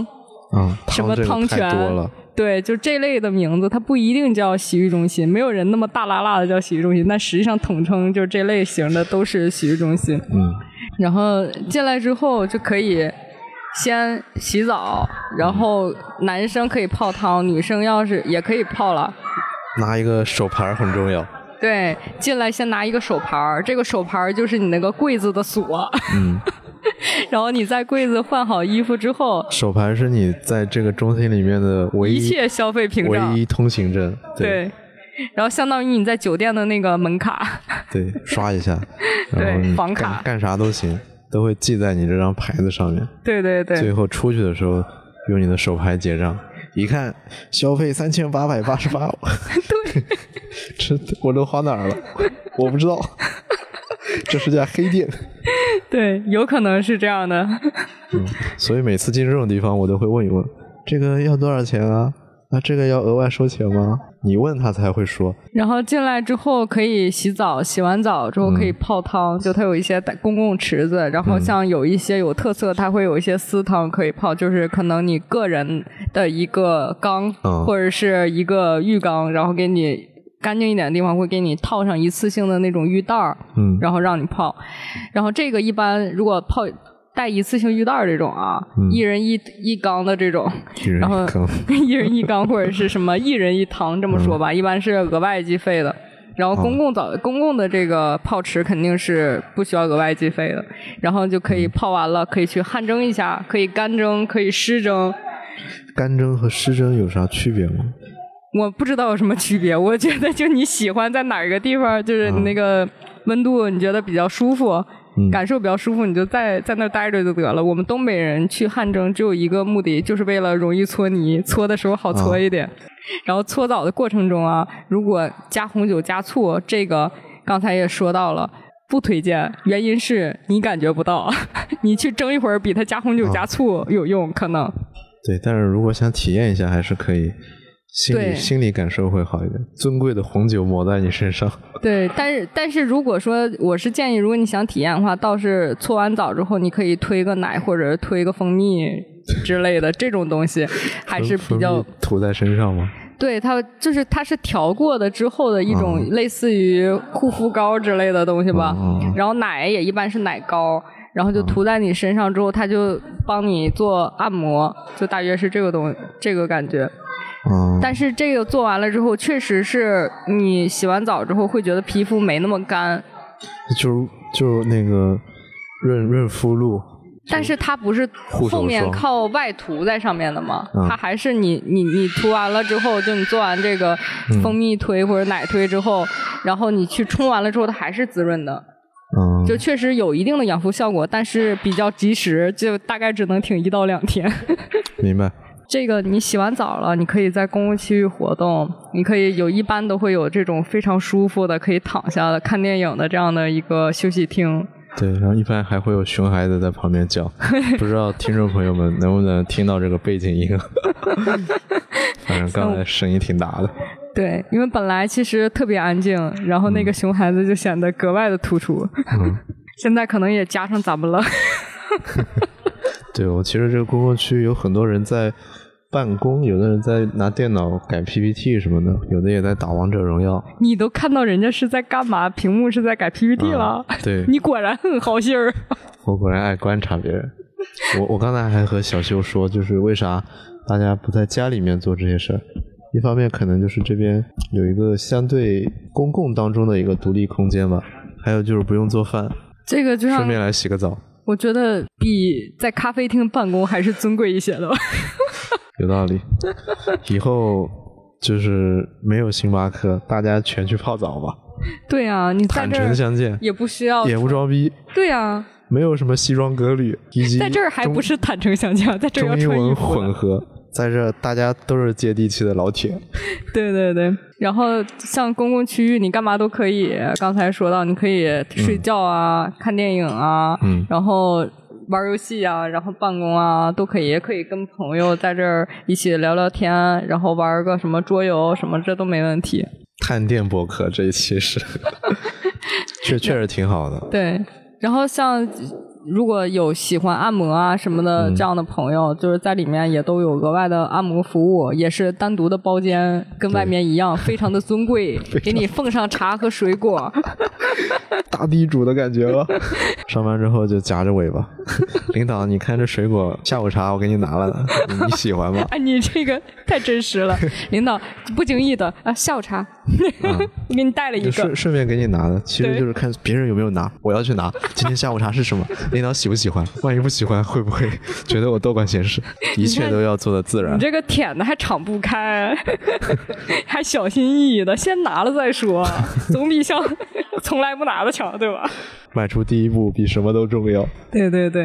S3: 啊，
S2: 什么
S3: 这个
S2: 汤
S3: 太
S2: 泉
S3: 多了，
S2: 对，就这类的名字，它不一定叫洗浴中心，没有人那么大拉拉的叫洗浴中心，但实际上统称就是这类型的都是洗浴中心。
S3: 嗯
S2: 然后进来之后就可以先洗澡，然后男生可以泡汤，女生要是也可以泡了。
S3: 拿一个手牌儿很重要，
S2: 对，进来先拿一个手牌儿，这个手牌儿就是你那个柜子的锁。
S3: 嗯，
S2: 然后你在柜子换好衣服之后，
S3: 手牌是你在这个中心里面的唯
S2: 一
S3: 一
S2: 切消费屏
S3: 唯
S2: 障。
S3: 一通行 证，
S2: 对，然后相当于你在酒店的那个门卡。
S3: 对，刷一下，然后
S2: 对
S3: 你
S2: 房
S3: 干
S2: 卡
S3: 干啥都行，都会记在你这张牌子上面。
S2: 对对对
S3: 最后出去的时候，用你的手牌结账，一看消费三千八百八十 八，对， 这我都花哪儿了？我不 知道，这是家黑店。
S2: 对，有可能是这样的。
S3: 所以每次进这种地方，我都会问一问，这个要多少钱啊？那这个要额外收钱吗？你问他才会说。
S2: 然后进来之后可以洗澡，洗完澡之后可以泡汤，就它有一些公共池子，然后像有一些有特色，它会有一些私汤可以泡，就是可能你个人的一个缸、
S3: 嗯
S2: 或者是一个浴缸，然后给你干净一点的地方会给你套上一次性的那种浴袋儿，
S3: 嗯
S2: 然后让你泡，然后这个一般如果泡。带一次性浴袋儿这种啊，一人一一缸的这种，
S3: 一人
S2: 然后
S3: 一坑，
S2: 一人一缸或者是什么一人一汤这么说吧，一般是额外计费的。然后公共澡、公共的这个泡池肯定是不需要额外计费的，然后就可以泡完了，可以去汗蒸一下，可以干蒸，可以湿蒸。
S3: 干蒸和湿蒸有啥区别吗？
S2: 我不知道有什么区别， 我觉得就你喜欢在哪个地方，就是你那个温度你觉得比较舒服，感受比较舒服，你就在在那儿待着就得了。我们东北人去汗蒸只有一个目的，就是为了容易搓泥，搓的时候好搓一点。然后搓澡的过程中啊，如果加红酒加醋，这个刚才也说到了。不推荐，原因是你感觉不到， 你去蒸一会儿比它加红酒加醋有用，可能。
S3: 对，但是如果想体验一下，还是可以，心
S2: 对
S3: 理心理感受会好一点。尊贵的红酒抹在你身上，
S2: 对，但是但是如果说我是建议，如果你想体验的话，倒是搓完澡之后，你可以推个奶或者推个蜂蜜之类的这种东西， 还是比
S3: 分
S2: 较
S3: 泌涂在身上吗？
S2: 对它就是它是调过的之后的一种
S3: 嗯
S2: 类似于护肤膏之类的东西吧，
S3: 嗯嗯嗯
S2: 然后奶也一般是奶膏。然后就涂在你身上之后，它就帮你做按摩，就大约是这个东这个感觉。
S3: 嗯，
S2: 但是这个做完了之后，确实是你洗完澡之后会觉得皮肤没那么干，
S3: 就是就是那个润润肤露，
S2: 但是它不是
S3: 护手
S2: 后面
S3: 霜
S2: 靠外涂在上面的吗？
S3: 嗯
S2: 它还是你你你涂完了之后，就你做完这个
S3: 嗯
S2: 蜂蜜推或者奶推之后，然后你去冲完了之后，它还是滋润的，
S3: 嗯，
S2: 就确实有一定的养肤效果，但是比较及时，就大概只能挺一到两天。
S3: 明白。
S2: 这个你洗完澡了，你可以在公共区域活动，你可以有一般都会有这种非常舒服的可以躺下的看电影的这样的一个休息厅。
S3: 对，然后一般还会有熊孩子在旁 边叫，不知道听众朋友们能不能听到这个背景音 啊？反正刚才声音挺大的。
S2: 对，因为本来其实特别安静，然后那
S3: 嗯
S2: 个熊孩子就显得格外的突出。 现在可能也加上咱们了，
S3: 对，我其实这个公共区有很多人在办公，有的人在拿电脑改 PPT 什么的，有的也在打王者荣耀。
S2: 你都看到人家是在干嘛，屏幕是在改 PPT
S3: 嗯
S2: 了。
S3: 啊对
S2: 你果然很好心儿。
S3: 我果然爱观察别人。我我刚才还和小修说，就是为啥大家不在家里面做这些事儿？一方面可能就是这边有一个相对公共当中的一个独立空间吧，还有就是不用做饭，
S2: 这个就
S3: 顺
S2: 像
S3: 便来洗个澡。
S2: 我觉得比在咖啡厅办公还是尊贵一些的吧。
S3: 有道理。以后就是没有星巴克，大家全去泡澡吧，
S2: 对啊，你在
S3: 坦
S2: 这
S3: 诚
S2: 儿
S3: 相见，
S2: 也不需要，
S3: 也不装逼，
S2: 对啊，
S3: 没有什么西装革履，以及
S2: 在这儿还不是坦诚相见，在这儿要
S3: 中英
S2: 穿衣
S3: 文
S2: 服
S3: 混
S2: 的。
S3: 合，在这儿大家都是接地气的老铁。
S2: 对对对，然后像公共区域，你干嘛都可以。刚才说到，你可以睡觉啊、看电影啊，
S3: 嗯
S2: 然后玩游戏啊，然后办公啊，都可以，也可以跟朋友在这儿一起聊聊天，啊然后玩个什么桌游什么，这都没问题。
S3: 探店博客这一期 是，确确实挺好的。
S2: 对，然后像如果有喜欢按摩啊什么的这样的朋友，就是在里面也都有额外的按摩服务，也是单独的包间，跟外面一样，非常的尊贵，给你奉上茶和水果。
S3: 大地主的感觉 了。上班之后就夹着尾巴， 领导，你看这水果下午茶我给你拿了，你你喜 欢吗？
S2: 哎，你这个太真实 了，领导不经意的啊，下午茶，我给你带了一
S3: 就
S2: 个
S3: 顺。顺便给你拿的，其实
S2: 对
S3: 就是看别人有没有拿，我要去拿。今天下午茶是 什么？领导喜不喜欢？万一不喜欢，会不会 觉得我多管闲事？一切都要做的自然
S2: 你。这个舔的还敞不开， 还小心翼翼的，先拿了再说，总比像从来不拿的强，对吧？
S3: 迈出第一步比什么都重要。
S2: 对对对，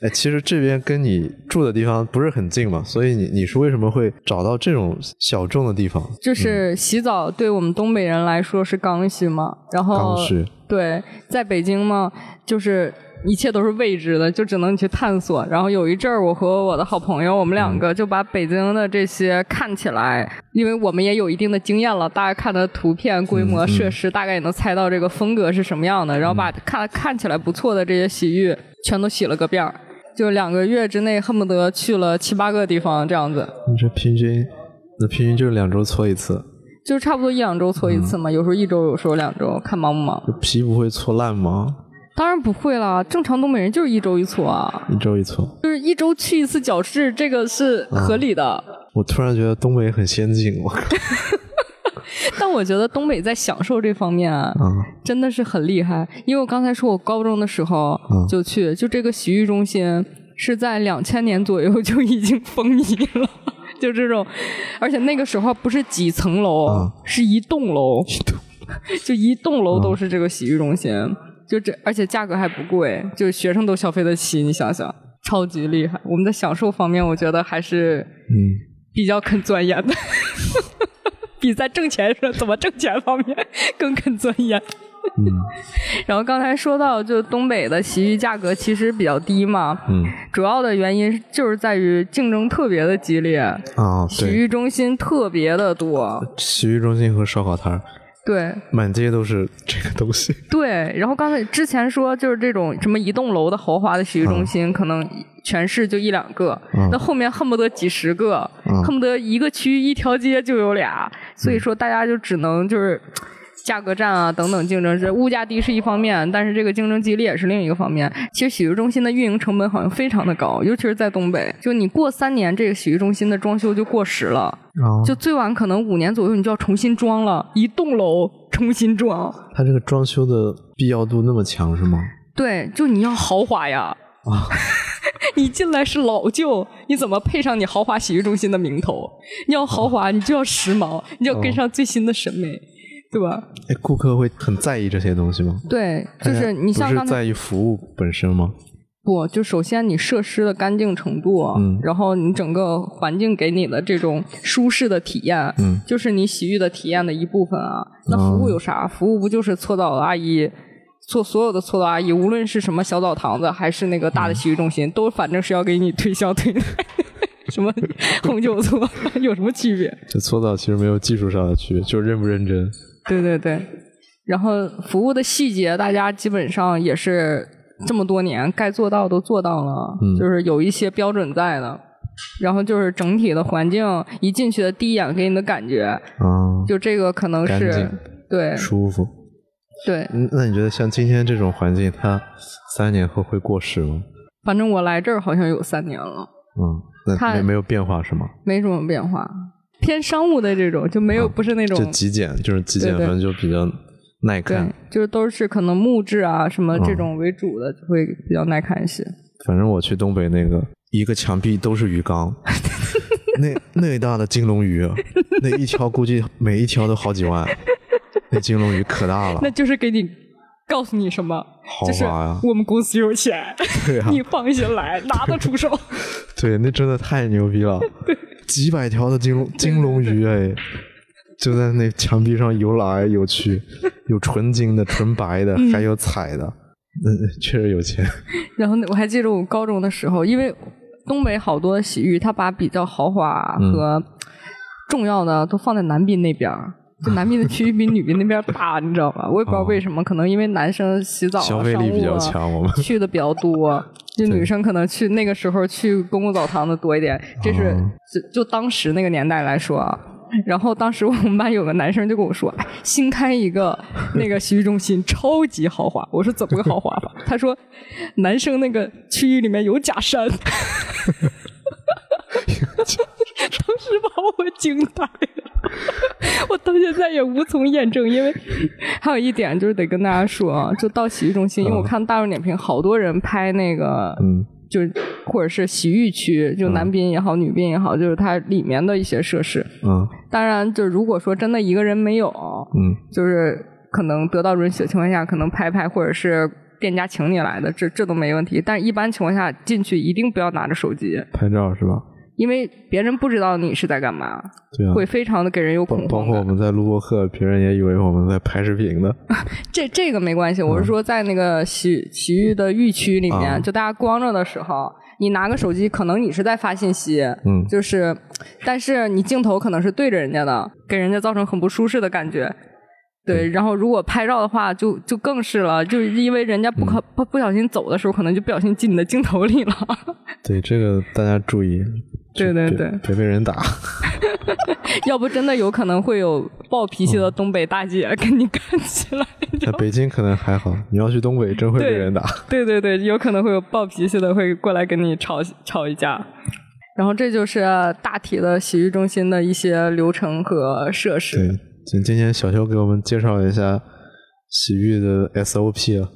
S3: 哎，其实这边跟你住的地方不是很近嘛，所以你你是为什么会找到这种小众的地方？嗯
S2: 就是洗澡对我们东北人来说是刚需嘛，然后
S3: 刚需
S2: 对，在北京嘛，就是一切都是未知的，就只能去探索。然后有一阵儿，我和我的好朋友，我们
S3: 嗯
S2: 两个就把北京的这些看起来，因为我们也有一定的经验了，大家看的图片、规
S3: 嗯
S2: 模、设施，大概也能猜到这个风格是什么样的。然后把看看起来不错的这些洗浴，全都洗了个遍儿。就两个月之内，恨不得去了七八个地方这样子。
S3: 你这平均，那平均就是两周搓一次，
S2: 就差不多一两周搓一次嘛，有时候一周，有时候两周，看忙不忙。
S3: 皮不会搓烂吗？
S2: 当然不会啦，正常东北人就是一周一搓啊，
S3: 一周一搓。
S2: 就是一周去一次角质，这个是合理的。
S3: 我突然觉得东北很先进，我靠！
S2: 但我觉得东北在享受这方面啊，
S3: 嗯
S2: 真的是很厉害。因为我刚才说，我高中的时候
S3: 嗯
S2: 就去，就这个洗浴中心是在两千年左右就已经风靡了。就这种，而且那个时候不是几层楼，
S3: 嗯
S2: 是一栋楼，就一栋楼
S3: 嗯
S2: 都是这个洗浴中心，就这，而且价格还不贵，就是学生都消费得起，你想想，超级厉害。我们在享受方面，我觉得还是
S3: 嗯，
S2: 比较肯钻研的，比在挣钱上怎么挣钱方面 更肯钻研。嗯 然后刚才说到，就东北的洗浴价格其实比较低嘛，
S3: 嗯
S2: 主要的原因就是在于竞争特别的激烈，
S3: 啊，
S2: 洗
S3: 对，
S2: 浴中心特别的多，
S3: 洗浴中心和烧烤摊儿
S2: 对
S3: 满街都是这个东西。
S2: 对。然后刚才之前说，就是这种什么一栋楼的豪华的洗浴中心，可能全市就一两个，
S3: 嗯
S2: 那后面恨不得几十个，
S3: 嗯
S2: 恨不得一个区一条街就有俩，所以说大家就只能就是。价格战啊，等等竞争，这物价低是一方面，但是这个竞争激烈也是另一个方面。其实洗浴中心的运营成本好像非常的高，尤其是在东北，就你过三年，这个洗浴中心的装修就过时了，
S3: 啊，
S2: 就最晚可能五年左右你就要重新装了，一栋楼重新装。
S3: 它这个装修的必要度那么强是吗？
S2: 对，就你要豪华呀。
S3: 啊，
S2: 你进来是老旧，你怎么配上你豪华洗浴中心的名头？你要豪华，你就要时髦，你就要跟
S3: 哦
S2: 上最新的审美，对吧？
S3: 哎，顾客会很在意这些东西吗？
S2: 对，就是你
S3: 哎不
S2: 像
S3: 是
S2: 刚才
S3: 在意服务本身吗？
S2: 不，就首先你设施的干净程度，
S3: 嗯
S2: 然后你整个环境给你的这种舒适的体验，
S3: 嗯哦
S2: 就是你洗浴的体验的一部分啊。那服务有啥？服务不就是搓澡的阿姨？做所有的搓澡阿姨，无论是什么小澡堂子，还是那个大的
S3: 嗯
S2: 洗浴中心，都反正是要给你推销推 拿什么红酒搓，有什么区别？
S3: 就搓澡其实没有技术上的区别，就是认不认真。
S2: 对对对，然后服务的细节，大家基本上也是这么多年该做到都做到了，
S3: 嗯
S2: 就是有一些标准在的。然后就是整体的环境，一进去的第一眼给你的感觉，
S3: 啊，
S2: 就这个可能
S3: 干
S2: 是
S3: 净
S2: 对
S3: 舒服。
S2: 对，
S3: 嗯那你觉得像今天这种环境，它三年后会过时吗？
S2: 反正我来这儿好像有三年了，
S3: 嗯，那
S2: 它
S3: 没没有变化是吗？
S2: 没什么变化，偏商务的这种就没有、
S3: 啊
S2: 不是那种
S3: 就极简，就是极简
S2: 对对
S3: 风就比较耐
S2: 对
S3: 看。，
S2: 就是都是可能木质啊什么
S3: 哦
S2: 这种为主的，就会比较耐看一些。
S3: 反正我去东北那个，一个墙壁都是鱼缸，那那大的金龙鱼，啊那一条估计每一条都好几万，那金龙鱼可大了
S2: 那，就是给你告诉你什么，
S3: 豪
S2: 就是
S3: 华呀！
S2: 我们公司有钱，
S3: 对 啊，
S2: 你放心来，拿得出手。
S3: 对，那真的太牛逼了，几百条的金龙金龙鱼哎，就在那墙壁上游来游去，有纯金的、纯白
S2: 嗯
S3: 的，还有彩的，那、确实有钱。
S2: 然后那我还记得我高中的时候，因为东北好多洗浴，它把比较豪华和
S3: 嗯
S2: 重要的都放在男宾那边儿。就男宾的区域比女宾那边儿大，你知道吧？我也不知道为什么，可能因为男生洗澡啊、
S3: 哦消费力比较
S2: 商务啊
S3: 强，我们
S2: 去的比较多，就女生可能去那个时候去公共澡堂的多一点，这是、
S3: 哦
S2: 就就当时那个年代来说啊。然后当时我们班有个男生就跟我说，哎，新开一个那个洗浴中心，超级豪华。我说怎么个豪华法？他说，男生那个区域里面有假山。 当时把我惊呆了，我到现在也无从验证，因为还有一点就是得跟大家说啊，就到洗浴中心，因为我看大众点评好多人拍那个，
S3: 嗯，
S2: 就是或者是洗浴区，就男宾也好，女宾也好，就是它里面的一些设施。
S3: 嗯
S2: 当然，就如果说真的一个人没有，
S3: 嗯
S2: 就是可能得到允许的情况下，可能拍拍或者是。店家请你来的，这这都没问题。但一般情况下进去一定不要拿着手机，
S3: 拍照是吧？
S2: 因为别人不知道你是在干嘛，
S3: 对啊，
S2: 会非常的给人有
S3: 包
S2: 恐
S3: 包
S2: 慌
S3: 括
S2: 感
S3: 我。们在录播课，别人也以为我们在拍视 频呢。
S2: 这这个没关系，我是说在那个洗洗浴的浴区里面，
S3: 嗯啊
S2: 就大家光着的时候，你拿个手机，可能你是在发信息，
S3: 嗯
S2: 就是，但是你镜头可能是对着人家的，给人家造成很不舒适的感觉。
S3: 嗯
S2: 对，然后如果拍照的话，就就更是了，就是因为人家不
S3: 嗯
S2: 可、不不小心走的时候，可能就不小心进你的镜头里了。
S3: 对，这个大家注意。
S2: 对对
S3: 别
S2: 对，
S3: 别被 人打。
S2: 要不真的有可能会有暴脾气的
S3: 嗯
S2: 东北大姐跟你干起来。你知
S3: 在
S2: 道吗
S3: 北京可能还好，你要去东北，真会被
S2: 对
S3: 人打。
S2: 对对对，有可能会有暴脾气的会过来跟你吵吵一架。然后这就是大体的洗浴中心的一些流程和设施。
S3: 对，今今天小修给我们介绍一下洗浴的 SOP 啊。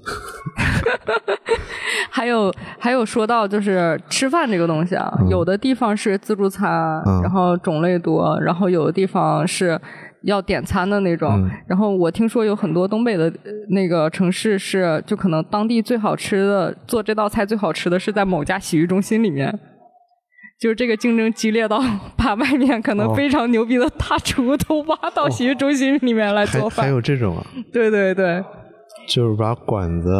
S2: 还有还有说到就是吃饭这个东西啊，有的地方是自助餐，
S3: 嗯
S2: 然后种类多，然后有的地方是要点餐的那种。
S3: 嗯
S2: 然后我听说有很多东北的呃那个城市是，就可能当地最好吃的做这道菜最好吃的是在某家洗浴中心里面。就是这个竞争激烈到把外面可能
S3: 哦
S2: 非常牛逼的大厨都挖到洗浴中心里面来
S3: 还
S2: 做
S3: 还
S2: 饭，
S3: 有这种啊，
S2: 对对对，
S3: 就是把管子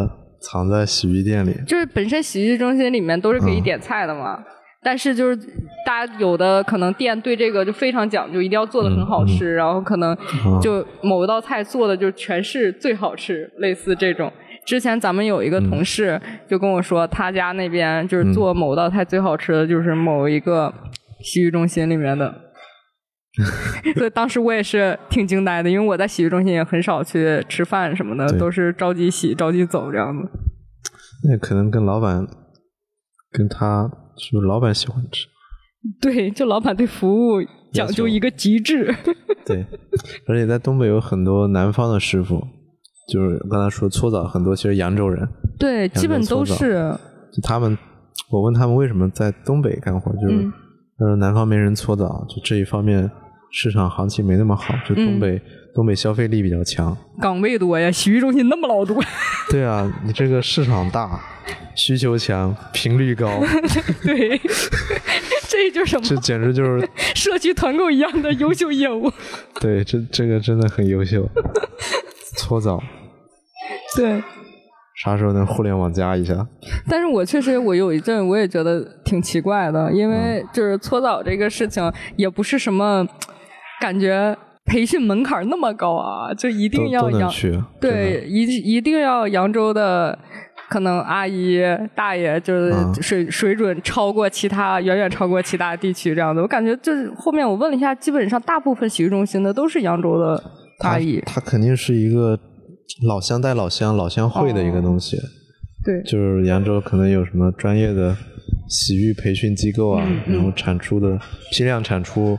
S3: 藏在洗浴店里。
S2: 就是本身洗浴中心里面都是可以
S3: 嗯
S2: 点菜的嘛，但是就是大家有的可能店对这个就非常讲究，一定要做的
S3: 嗯
S2: 很好吃，然后可能就某一道菜做的就全市最好吃，类似这种。之前咱们有一个
S3: 嗯
S2: 同事就跟我说，他家那边就是做某道菜最好吃的就是某一个洗浴中心里面的。 所以当时我也是挺惊呆的，因为我在洗浴中心也很少去吃饭什么的，
S3: 对
S2: 都是着急洗、着急走这样子。
S3: 那可能跟老板，跟他是不是老板喜欢吃？
S2: 对，就老板对服务讲究一个极致。
S3: 对，而且在东北有很多南方的师傅，就是刚才说搓澡，很多其实扬州人，
S2: 对，基本都是
S3: 就他们，我问他们为什么在东北干活，就是
S2: 嗯
S3: 他说南方没人搓澡，就这一方面市场行情没那么好，就
S2: 嗯
S3: 东北、东北消费力比较强。
S2: 岗位多呀，洗浴中心那么老多。
S3: 对啊，你这个市场大，需求强，频率高，
S2: 对， 这就是什
S3: 这
S2: 么
S3: 简 直就是
S2: 社区团购一样的优秀业务。
S3: 对，这这个真的很优秀。搓澡
S2: 对，
S3: 啥时候能互联网加一下？
S2: 但是我确实我有一阵我也觉得挺奇怪的，因为
S3: 嗯
S2: 就是搓澡这个事情也不是什么感觉。培训门槛那么高啊，就一定
S3: 都
S2: 要
S3: 都能
S2: 养
S3: 去，
S2: 对，一一定要扬州的可能阿姨大爷就是
S3: 啊
S2: 水、水准超过其他，远远超过其他地区这样的。我感觉就是后面我问了一下，基本上大部分洗浴中心的都是扬州的
S3: 他
S2: 阿姨。
S3: 他肯定是一个老乡带老乡、老乡会的一个东西。
S2: 对，
S3: 就是扬州可能有什么专业的洗浴培训机构啊，然后产出的批量产出，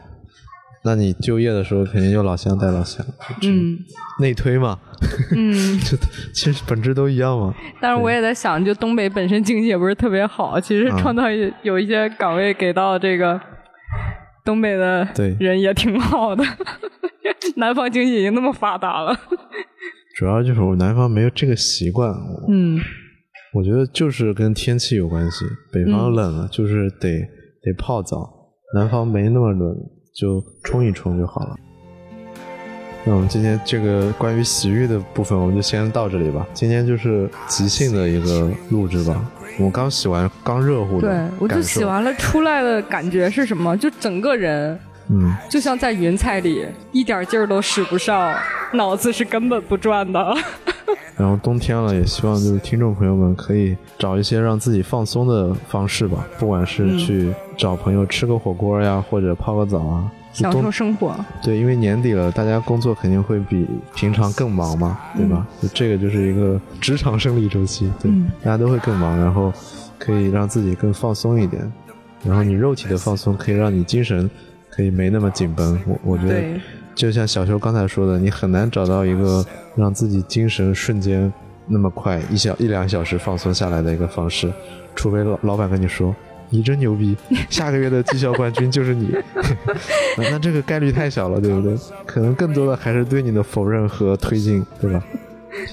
S3: 那你就业的时候肯定有老乡带老乡，
S2: 嗯
S3: 内推嘛，
S2: 嗯。
S3: 这其实本质都一样嘛。
S2: 但是我也在想，就东北本
S3: 嗯
S2: 身经济也不是特别好，其实创造一有一些岗位给到这个。东北的
S3: 对
S2: 人也挺好的， 南方经济已经那么发达了，
S3: 主要就是我南方没有这个习惯，
S2: 嗯
S3: 我觉得就是跟天气有关系。北方
S2: 嗯
S3: 冷了，就是得、得泡澡；南方没那么冷，就冲一冲就好了。那我们今天这个关于洗浴的部分，我们就先到这里吧。今天就是即兴的一个录制吧。我刚洗完，刚热乎的
S2: 对
S3: 感受，
S2: 我就洗，完了出来的感觉是什么？就整个人
S3: 嗯，
S2: 就像在云彩里，一点劲儿都使不上，脑子是根本不转的。
S3: 然后冬天了，也希望就是听众朋友们可以找一些让自己放松的方式吧，不管是
S2: 嗯
S3: 去找朋友吃个火锅呀，或者泡个澡啊。
S2: 享
S3: 冬
S2: 受生活，
S3: 对，因为年底了，大家工作肯定会比平常更忙嘛，对吧？就这个就是一个职场生理周期，对，
S2: 嗯
S3: 大家都会更忙，然后可以让自己更放松一点，然后你肉体的放松可以让你精神可以没那么紧绷。我我觉得
S2: 对，
S3: 就像小修刚才说的，你很难找到一个让自己精神瞬间那么快一小一两小时放松下来的一个方式，除非老老板跟你说。你真牛逼，下个月的绩效冠军就是你， 那那这个概率太小了，对不对？可能更多的还是对你的否认和推进，对吧？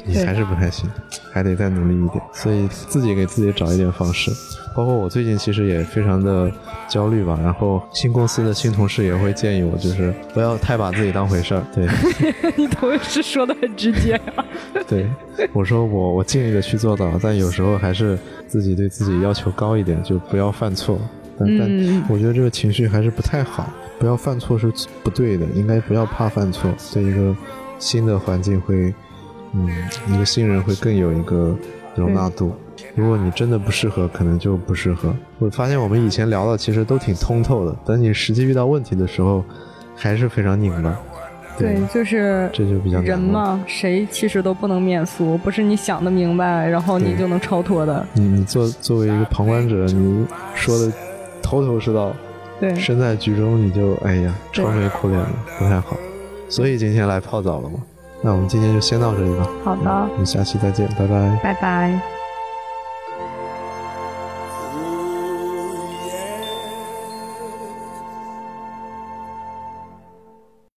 S3: 你
S2: 对
S3: 还是不太行，还得再努力一点。所以自己给自己找一点方式，包括我最近其实也非常的焦虑吧。然后新公司的新同事也会建议我，就是不要太把自己当回事儿。对
S2: 你同事说的很直接呀、
S3: 对，我说我我尽力的去做到，但有时候还是自己对自己要求高一点，就不要犯错。但但
S2: 嗯
S3: 我觉得这个情绪还是不太好，不要犯错是不对的，应该不要怕犯错。对一个新的环境会，嗯，一个新人会更有一个容纳度。如果你真的不适合，可能就不适合。我发现我们以前聊的其实都挺通透的，等你实际遇到问题的时候，还是非常拧巴。
S2: 对，就是
S3: 这就比较难了
S2: 人嘛，谁其实都不能免俗，不是你想的明白，然后你
S3: 对
S2: 就能超脱的。
S3: 你你作作为一个旁观者，你说的头头是道，
S2: 对，
S3: 身在局中你就哎呀
S2: 对
S3: 愁眉苦脸的，不太好。所以今天来泡澡了嘛。那我们今天就先到这里吧，
S2: 好的，
S3: 我们下期再见，拜拜。
S2: 拜拜。